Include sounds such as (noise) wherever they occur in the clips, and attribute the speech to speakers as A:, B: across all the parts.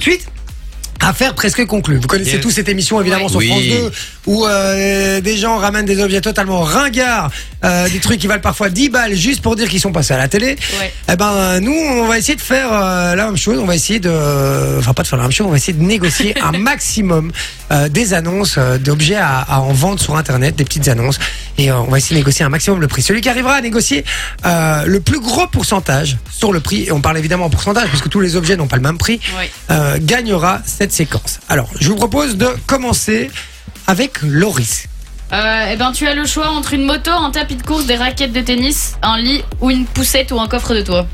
A: suite. Affaire presque conclue. Vous connaissez
B: Yes.
A: tous cette émission évidemment
C: Ouais.
A: sur
C: Oui.
A: France 2 où euh, des gens ramènent des objets totalement ringards, euh, des trucs qui valent parfois 10 balles juste pour dire qu'ils sont passés à la télé.
C: Ouais.
A: Eh ben nous on va essayer de faire euh, la même chose, on va essayer de enfin pas de faire la même chose, on va essayer de négocier un maximum euh, des annonces euh, d'objets à, à en vendre sur internet, des petites annonces et euh, on va essayer de négocier un maximum le prix. Celui qui arrivera à négocier euh, le plus gros pourcentage sur le prix et on parle évidemment en pourcentage parce que tous les objets n'ont pas le même prix
C: Ouais.
A: euh, gagnera cette séquence. Alors, je vous propose de commencer avec Loris.
C: Euh, eh ben, tu as le choix entre une moto, un tapis de course, des raquettes de tennis, un lit ou une poussette ou un coffre de toit.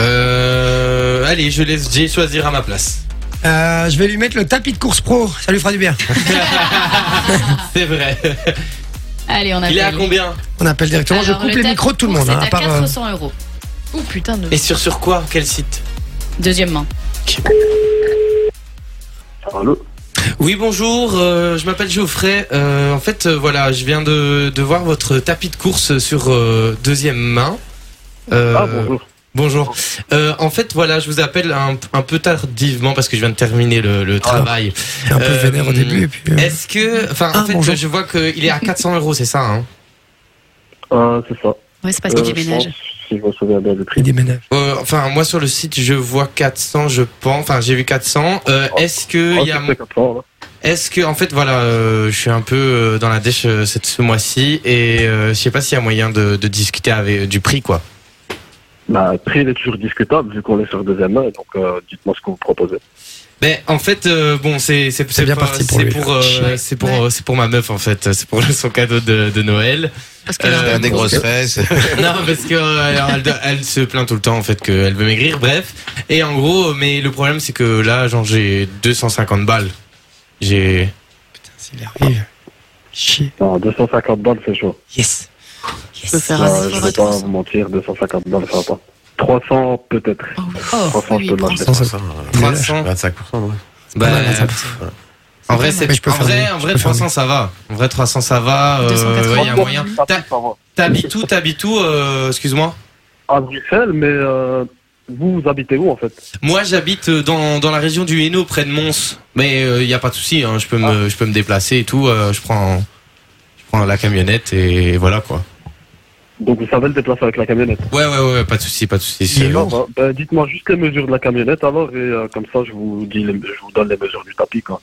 B: Euh, allez, je laisse Jay choisir à ma place.
A: Euh, je vais lui mettre le tapis de course pro, ça lui fera du bien.
B: C'est vrai.
C: Allez, on appelle.
B: Il est à combien
A: On appelle directement,
C: Alors,
A: je coupe
C: le
A: les
C: tapis
A: micros de tout le
C: course
A: monde. hein,
C: est
A: à
C: à
A: part, euh,
C: 400 euros. Oh putain de.
B: Et sur sur quoi Quel site
C: Deuxième main.
D: Allô
B: Oui, bonjour. euh, je m'appelle Geoffrey. Euh, en fait, euh, voilà, je viens de, de voir votre tapis de course sur euh, deuxième main. Euh,
D: Ah bonjour.
B: Bonjour. Euh, en fait, voilà, je vous appelle un, un peu tardivement parce que je viens de terminer le, le travail.
A: t'es un peu
B: euh,
A: vénère au début. et puis, euh,
B: Est-ce que, enfin, en
A: Ah,
B: fait,
A: bonjour.
B: je vois qu'il est à 400 euros, c'est ça hein
D: Euh, c'est ça.
C: Ouais, c'est parce
D: Euh, je pense, Si je me souviens bien du prix.
A: il déménage.
B: Euh, Enfin, moi sur le site, je vois 400, je pense. Enfin, j'ai vu 400. Euh,
D: Oh.
B: Est-ce que
D: Ah,
B: il y a,
D: c'est 400, hein.
B: est-ce que, en fait, voilà, euh, je suis un peu euh, dans la dèche euh, cette ce mois-ci et euh, je sais pas s'il y a moyen de, de discuter avec du prix, quoi.
D: Bah, le prix il est toujours discutable vu qu'on est sur deuxième main, donc euh, dites-moi ce que vous proposez.
B: Mais en fait, euh, bon, c'est c'est c'est
A: bien
B: pas-
A: parti pour
B: c'est
A: lui,
B: pour euh,
C: Ouais.
B: c'est pour euh, c'est pour ma meuf en fait, c'est pour son cadeau de, de Noël.
C: Parce
B: Euh,
C: là-
E: Elle a des grosses fesses.
B: (laughs)
E: (laughs)
B: non, parce que euh, alors, elle, doit- elle se plaint tout le temps en fait qu'elle veut maigrir. Bref, et en gros, euh, mais le problème c'est que là, genre j'ai 250 balles. J'ai
A: S'il arrive. Chier.
D: Non, 250 balles, c'est chaud.
A: Yes.
F: Je peux
A: Ah,
F: faire
D: Euh,
F: un
D: je vais pas vous mentir, 250 balles, ça va pas. 300 peut-être.
F: Oh,
D: 300, je peux
F: oui,
D: lâcher.
A: 300.
B: 300.
E: 25%, ouais.
B: Bah,
A: Pas mal, ça.
B: en vrai,
A: Mais
B: c'est
A: je peux
B: en
A: faire
B: vrai,
A: mieux,
B: en
A: je
B: vrai
A: peux faire
B: 300 ça va. En vrai 300 ça va. euh, ouais, Il y a
D: 300,
B: moyen.
D: ça
B: T'a-
D: va.
B: T'habites où T'habites où euh, Excuse-moi.
D: À Bruxelles, mais euh, vous, vous habitez où en fait
B: Moi, j'habite euh, dans, dans la région du Hainaut, près de Mons. Mais il n'y a pas de souci, hein, je, peux
A: Ah.
B: me, je peux me déplacer et tout. euh, je, prends, je prends la camionnette et voilà quoi.
D: Donc vous savez le déplacer avec la camionnette.
B: Ouais, ouais, ouais, pas de souci, pas de souci.
A: Il est
B: c'est-
A: lourd.
D: Bah, bah, dites-moi juste les mesures de la camionnette alors, et euh, comme ça je vous, dis les- je vous donne les mesures du tapis. Quoi.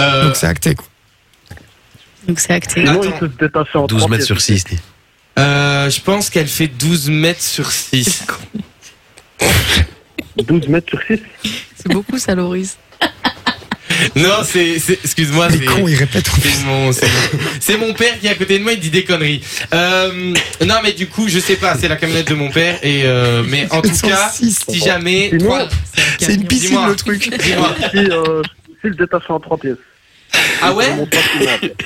B: Euh,
A: Donc c'est acté. Quoi.
F: Donc c'est acté.
D: Sinon,
B: Attends.
D: il peut se détacher en
E: 12
D: trois
E: mètres
D: pièces.
E: sur 6.
B: euh, je pense qu'elle fait 12 mètres
A: (laughs)
B: sur 6.
D: 12 mètres sur 6
F: C'est beaucoup ça, Loris.
B: non, c'est. c'est- Excuse-moi,
A: Les cons,
B: c'est.
A: ils répètent.
B: C'est mon, c'est mon- c'est mon père qui est à côté de moi, il dit des conneries. Euh, non, mais du coup, je sais pas, c'est la camionnette de mon père. Et euh, mais en tout cas, si jamais.
D: Sinon,
B: Trois-
A: C'est une piscine
B: Dis-moi.
A: le truc.
B: dis-moi.
D: si, euh, si le détache en trois pièces.
B: Ah
D: Je
B: ouais
D: monte pas plus loin, en fait.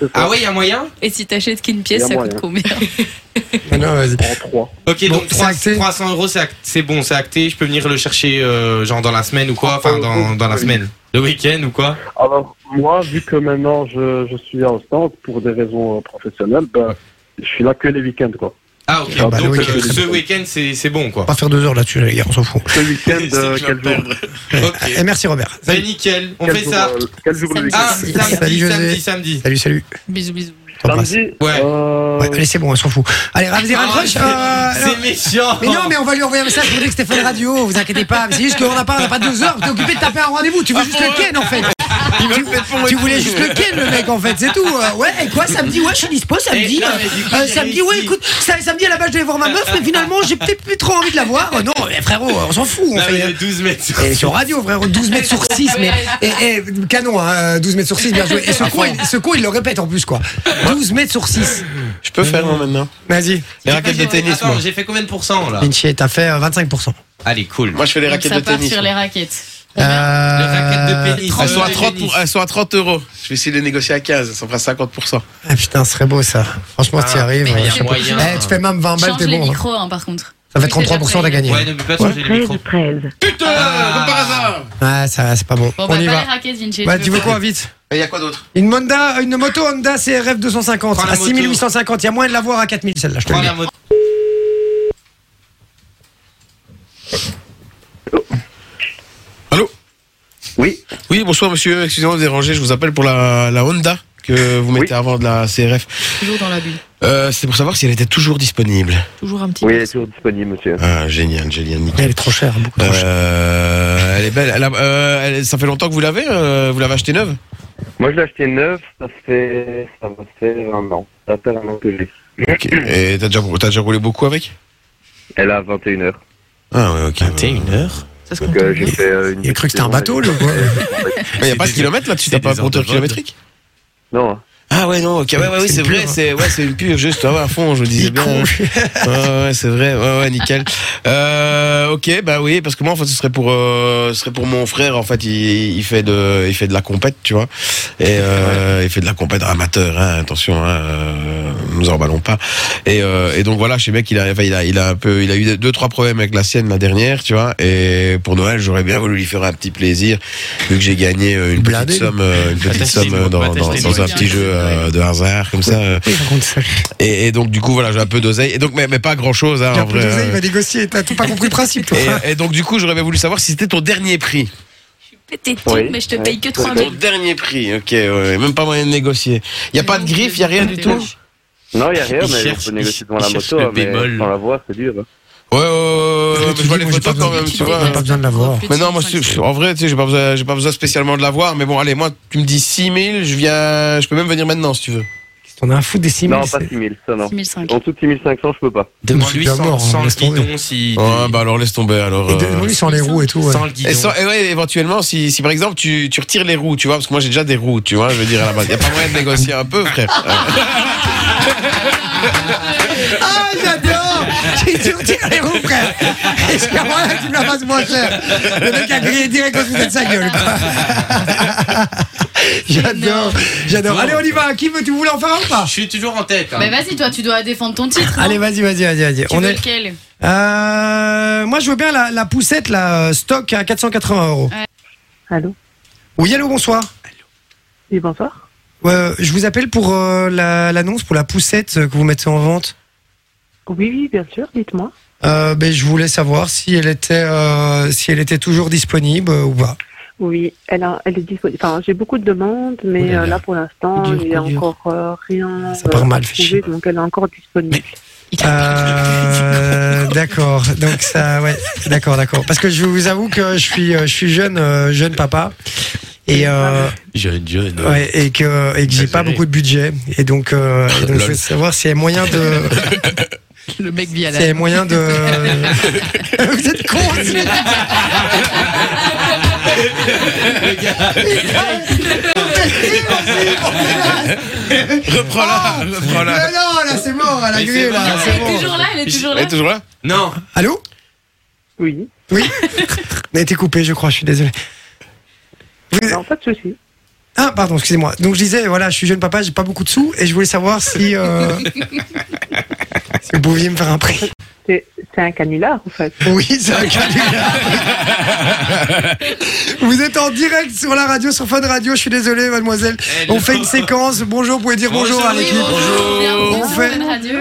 D: C'est ça.
B: Ah ouais, il y a moyen
F: Et si t'achètes qu'une pièce,
D: Y a
F: ça coûte
D: moyen.
C: (laughs)
F: combien
A: Non, non, vas-y.
D: En trois.
B: Ok,
A: Bon,
B: donc
A: c'est
B: 300
A: acté.
B: 300 euros, c'est act- c'est bon, c'est acté. Je peux venir le chercher euh, genre dans la semaine ou quoi
A: Oh,
B: Enfin, dans, dans la semaine. Le week-end ou quoi
D: Alors, moi, vu que maintenant je, je suis en stand pour des raisons euh, professionnelles, ben, je suis là que les week-ends. quoi.
B: Ah, ok.
A: Ah bah,
B: donc
A: le
B: euh,
A: week-end.
B: ce week-end, c'est c'est bon, quoi.
A: On va faire deux heures là-dessus, les gars, on s'en fout.
D: Ce week-end, euh,
B: C'est que je
D: quel
B: vais
D: jour
B: perdre. Ok.
A: Et merci Robert.
B: C'est
A: Salut,
B: nickel, on
D: quel
B: fait
D: jour,
B: ça.
D: euh, Quel jour
F: Samedi.
D: le
B: Ah,
D: week-end
B: samedi,
A: Salut,
B: samedi,
A: José.
B: samedi,
A: salut. salut.
F: Bisous, bisous.
A: T'embrasse.
D: Samedi
B: Ouais.
D: euh,
A: Ah. Ouais, allez, c'est bon, on s'en fout. Allez, Ramsey
B: Ah,
A: Rush.
B: c'est-
A: euh,
B: C'est méchant
A: Mais non, mais on va lui envoyer un message pour dire que Stéphane Radio, vous inquiétez pas. C'est juste qu'on n'a pas, on n'a pas deux heures, t'es occupé de taper un rendez-vous, tu veux
B: Ah,
A: juste le Ken en
B: (laughs)
A: fait. Tu, tu voulais juste le Ken le mec en fait, c'est tout. Euh, ouais, et quoi, samedi, ouais, je suis dispo samedi.
B: Eh, non, mais du coup,
A: Euh,
B: j'ai
A: samedi, ouais,
B: réussi.
A: écoute, sa- samedi à la base je devais voir ma meuf, mais finalement j'ai peut-être plus trop envie de la voir. Euh, Non, mais frérot, on s'en fout. On
B: Non, mais il y a
A: fait,
B: 12 mètres.
A: et sur radio, frérot, 12 mètres sur 6,
B: (laughs)
A: mais et, et, canon, hein, 12 mètres sur 6, bien joué. Et ce con, il, ce con, il le répète en plus, quoi. 12 mètres sur 6.
E: Je peux faire, moi, maintenant
A: Vas-y,
E: Les raquettes de tennis, moi.
B: Attends, j'ai fait combien de pourcents là
A: Vinci, t'as fait euh, 25%.
B: Allez, cool.
E: Moi, je fais les
C: Donc
E: raquettes de
C: ça part
E: tennis.
C: sur les
E: moi.
C: raquettes.
A: Euh,
B: Les raquettes de pénis.
E: Elles sont, à
B: Euh,
E: 30
B: tennis.
E: pour- elles sont à 30 euros. Je vais essayer de les négocier à 15. Ça fera 50%.
A: Ah putain, ce serait beau ça. Franchement, si t'y
B: Ah,
A: arrives.
B: mais
A: euh,
B: y a
A: je sais pas.
B: moyen.
A: Eh, tu fais même 20 balles,
C: Change
A: t'es
C: les
A: bon. hein.
C: micros, hein, par contre.
A: Ça fait
C: Oui, c'est
A: 33%
C: déjà
A: t'as gagné.
B: Ouais, ne pas changer les micros.
E: Putain Comme Euh, par hasard
A: Ouais, ça, c'est pas bon.
C: Bon,
A: On
C: bah,
A: y
C: pas
A: va.
C: les raquettes, Vinci.
A: Bah, tu veux quoi, vite
E: Et il y a quoi d'autre
A: Une Honda, une moto Honda CRF 250
B: Prends la
A: à
B: moto.
A: 6850. Il y a moyen de l'avoir à 4000 celle-là, je te le
B: Prends
A: dis.
B: la moto.
E: Allô
D: Oui.
E: Oui, bonsoir monsieur, excusez-moi de vous déranger, je vous appelle pour la, la Honda que vous mettez avant de la CRF.
F: Toujours dans l'abus.
E: Euh, c'est pour savoir si elle était toujours disponible.
F: Toujours un petit
D: Oui,
F: peu.
D: elle est toujours disponible, monsieur.
E: Ah, génial, génial, nickel.
A: Elle est trop chère, beaucoup trop chère.
E: Euh, elle est belle. Elle a- euh, elle- ça fait longtemps que vous l'avez euh, Vous l'avez achetée neuve
D: Moi, je l'ai acheté neuf, ça fait, ça va faire un an. Ça va faire un an que je l'ai.
E: Ok. Et t'as déjà, t'as déjà roulé beaucoup avec
D: Elle a 21 heures.
E: Ah ouais, ok.
B: heure
F: Ça se
D: Donc,
F: compte
D: euh,
F: en
D: j'ai
F: mieux.
D: fait euh, une.
A: Il a cru que c'était un bateau, le quoi.
E: (laughs) Il n'y a pas de kilomètres là-dessus,
B: C'est
E: t'as pas un
B: des heures de
E: compteur
B: vol.
E: kilométrique
D: Non. hein.
E: Ah ouais, non, ok. Ouais, ouais,
A: C'est
E: oui, c'est
A: une
E: vrai,
A: pure.
E: c'est ouais, c'est une pure, juste ah ouais, à fond, je le disais
A: Il
E: bien.
A: conche.
E: Ouais, ouais, c'est vrai, ouais, ouais, nickel. Euh, ok, bah oui, parce que moi, en fait, ce serait pour, euh, ce serait pour mon frère, en fait, il, il fait de, il fait de la compète, tu vois. Et, euh, il fait de la compète amateur, hein, attention, hein, euh, nous emballons pas. Et, euh, et donc voilà, je sais bien qu'il a, enfin, il a, il a un peu, il a eu deux, trois problèmes avec la sienne, la dernière, tu vois. Et pour Noël, j'aurais bien voulu lui faire un petit plaisir, vu que j'ai gagné euh, une
A: Blindé.
E: petite somme, euh, une petite
B: Attaché,
E: somme euh, dans,
B: pas
E: dans,
B: attaché,
E: dans un
C: mais-
E: petit jeu euh, de hasard, comme ça. euh,
A: Il raconte ça.
E: et, et donc du coup voilà j'ai un peu d'oseille et donc mais, mais pas grand chose hein,
A: Il a
E: en
A: plus
E: vrai.
A: d'oseille, il va
E: hein.
A: négocier. T'as tout pas compris le principe, toi.
E: Et, et donc du coup j'aurais bien voulu savoir si c'était ton dernier prix.
F: Pété de
D: Oui.
F: type, mais je te paye que
D: Ah,
F: 3
E: Ton
F: 000.
E: dernier prix ok ouais, même pas moyen de négocier. Y a pas de griffe y a rien du tout.
D: Non, il n'y a rien,
B: Il
D: mais
B: cherche-
D: on peut négocier
B: il-
D: devant
B: il
D: la
B: cherche
D: moto,
B: le
D: hein, mais
B: bémol.
D: sans la voix, c'est dur. hein.
E: Ouais ouais ouais, ouais,
A: Tu
E: mais je vois les
A: dis, moi, j'ai pas
E: photos quand
A: besoin-
E: même tu vois.
A: j'ai pas besoin de l'avoir.
E: Mais non, moi, je- en vrai, tu sais, j'ai pas besoin, j'ai pas besoin spécialement de l'avoir, mais bon, allez, moi, tu me dis 6000, je viens, je peux même venir maintenant, si tu veux.
A: On a un fou des 6
D: Non, pas 6000, ça non.
F: 6005.
D: En dessous de 6500, je peux pas.
B: Demande-lui
A: Je suis bien
B: sans,
A: mort,
B: sans
A: hein,
B: le
A: laisse tomber.
B: guidon si.
E: Ouais, bah, alors, laisse tomber, alors.
A: Et
E: euh,
A: demande-lui sans les roues et tout. ouais.
B: Sans le guidon.
E: Et, sans- et ouais, éventuellement, si, si par exemple tu, tu retires les roues, tu vois, parce que moi j'ai déjà des roues, tu vois, je veux dire à la base. Y a pas moyen de négocier un peu, frère.
A: Ah, j'adore J'ai dû retirer les roues, frère Et c'est comme là qu'il me la fasse moins cher Le mec a grillé direct au fouet de sa gueule, quoi. (laughs) J'adore, j'adore. Allez, on y va. Qui veut, tu voulais en faire un ou pas
B: Je suis toujours en tête. hein.
C: Mais Bah, vas-y, toi, tu dois défendre ton titre. hein.
A: Allez, vas-y, vas-y, vas-y, vas-y.
C: Tu
A: On
C: veux
A: est.
C: lequel
A: Euh, moi, je veux bien la, la poussette, la euh, stock à 480 euros.
G: Allô
A: Oui, allô, bonsoir.
G: Oui, bonsoir.
A: Ouais, je vous appelle pour euh, la- l'annonce pour la poussette euh, que vous mettez en vente.
G: Oui, oui, bien sûr, dites-moi.
A: Euh, ben, je voulais savoir si elle était, euh, si elle était toujours disponible euh, ou pas.
G: Oui, elle, a, elle est disponible. Enfin, j'ai beaucoup de demandes, mais
E: Ouh là
G: euh,
E: là.
G: là, pour l'instant,
A: Dur,
G: il n'y a
A: pas dur.
G: encore euh, rien.
A: Ça part
G: euh,
A: mal, fait
G: trouvé,
A: chier.
G: donc elle est encore disponible.
C: (laughs)
A: Euh, d'accord. Donc ça, ouais, d'accord, d'accord. Parce que je vous avoue que je suis, euh, je suis jeune, euh, jeune papa. Et, euh,
E: (laughs) Jeune, jeune.
A: ouais, et que, et que j'ai pas
B: Exagéré.
A: beaucoup de budget. Et donc, euh, et donc je veux
E: Lol.
A: savoir s'il y a moyen de,
F: Le mec vit à
A: s'il y
F: la.
A: a moyen de. vous êtes con.
E: Reprends-la,
A: Oh,
E: reprends-la.
A: non, là c'est mort, elle a
B: Mais
A: grillé,
B: c'est
A: là,
B: bon.
A: c'est
C: Ah, Elle est
A: bon.
C: toujours là, elle est toujours
E: Elle
C: là.
E: est toujours là
B: Non,
A: Allô
G: Oui,
A: On a été coupé, je crois. Je suis désolé.
G: non, pas de souci.
A: Ah, pardon, excusez-moi. Donc je disais, voilà, je suis jeune papa, j'ai pas beaucoup de sous et je voulais savoir si, euh, si vous pouviez me faire un prix.
G: C'est c'est un canular, en fait.
A: Oui, c'est un canular. Vous êtes en direct sur la radio, sur Fun Radio. Je suis désolé, mademoiselle. On fait une séquence. Bonjour, vous pouvez dire bonjour,
B: Bonjour,
A: à l'équipe.
C: Bonjour. Bienvenue
A: On
C: sur
A: fait-
C: Fun Radio.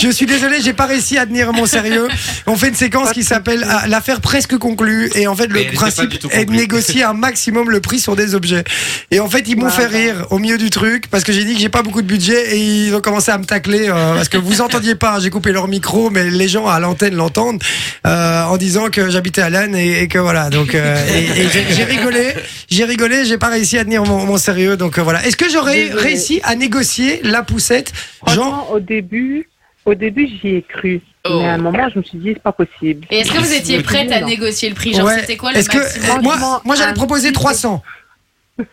A: Je suis désolé, j'ai pas réussi à tenir mon sérieux. On fait une séquence qui s'appelle ah, l'affaire presque conclue. Et en fait,
B: Mais
A: le
B: elle était pas
A: principe
B: du tout
A: est de
B: conclue.
A: négocier un maximum le prix sur des objets. Et en fait, ils m'ont
G: Voilà.
A: fait rire au milieu du truc parce que j'ai dit que j'ai pas beaucoup de budget et ils ont commencé à me tacler euh, parce que vous entendiez pas. hein, J'ai coupé leur micro, mais les gens à l'antenne l'entendent euh, en disant que j'habitais à Lannes et, et que voilà. Donc, euh, et, et j'ai j'ai rigolé, j'ai rigolé, j'ai pas réussi à tenir mon, mon sérieux. Donc euh, voilà. Est-ce que j'aurais
G: Désolée.
A: réussi à négocier la poussette,
G: Oh,
A: genre?
G: Franchement, au début, au début j'y ai cru.
F: Oh.
G: Mais à un moment, je me suis dit, c'est pas possible. (laughs)
C: Et est-ce que vous étiez prête à
G: Non.
C: négocier le prix Genre,
A: Ouais.
C: c'était quoi le
A: Est-ce que eh,
C: maximum
G: maximum
A: moi, moi j'avais
G: Un
A: proposé
G: petit
A: 300.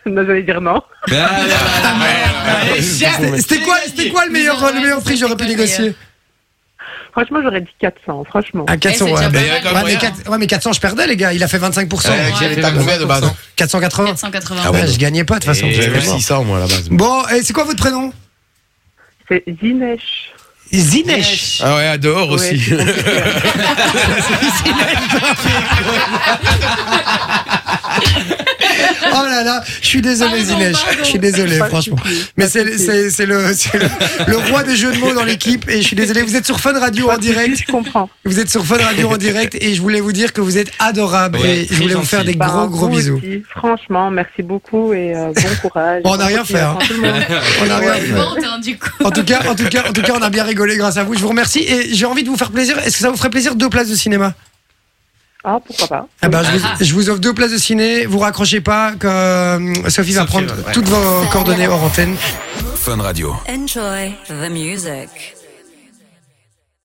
G: non, j'allais dire non.
A: C'était c'était quoi, c'était quoi le meilleur,
C: Ouais,
A: le meilleur prix que j'aurais pu
C: c'était quoi le
A: négocier
G: Franchement, j'aurais dit 400, franchement.
A: À 400,
C: hein. Eh, c'est
A: ouais.
C: déjà
A: mais-
E: Mais il y avait quand
A: Ouais,
E: même
A: mais,
E: moyen.
A: quatre- ouais, mais 400, je perdais, les gars. Il a fait 25%.
E: Euh,
C: Ouais,
E: J'avais
B: ouais,
E: t'as combien de base
A: 480.
C: 480.
E: Ah
A: Ouais,
E: ouais,
A: je gagnais pas, de toute façon.
B: Et
A: J'avais
E: J'avais
B: ouais,
E: même
A: mort.
E: 600 moi à la base.
A: Bon, et c'est quoi votre prénom
G: C'est Zinesh.
A: Zinesh.
E: Ah ouais, à dehors
G: Ouais,
E: aussi.
G: c'est compliqué.
A: Oh là là, je suis désolé,
C: Pardon,
A: Zinech.
C: pardon.
A: Je suis désolé,
G: Pas de
A: franchement.
G: souci.
A: Mais
G: Pas de
A: c'est
G: souci.
A: c'est- c'est le, c'est le, le roi des jeux de mots dans l'équipe. Et je suis désolé, vous êtes sur Fun Radio en direct.
G: Je comprends.
A: Vous êtes sur Fun Radio en direct. Et je voulais vous dire que vous êtes adorable.
B: Ouais,
A: et je
B: très
A: voulais vous
B: gentil.
A: faire des
G: Bah,
A: gros, gros
G: vous
A: bisous.
G: aussi. Franchement, merci beaucoup et euh, bon courage.
A: Bon, (laughs) on n'a rien fait, hein.
G: Bonne continuation, tout le monde.
A: On a rien fait.
C: Vente, hein, du coup.
A: En tout cas, en tout cas, en tout cas, on a bien rigolé grâce à vous. Je vous remercie. Et j'ai envie de vous faire plaisir. Est-ce que ça vous ferait plaisir deux places de cinéma?
G: Ah, pourquoi pas
A: Eh ben, je, vous,
B: Ah.
A: je vous offre deux places de ciné. Vous raccrochez pas que euh, Sophie va
B: Sophie,
A: prendre
B: ouais.
A: toutes vos coordonnées hors antenne.
H: Fun Radio.
I: Enjoy the music.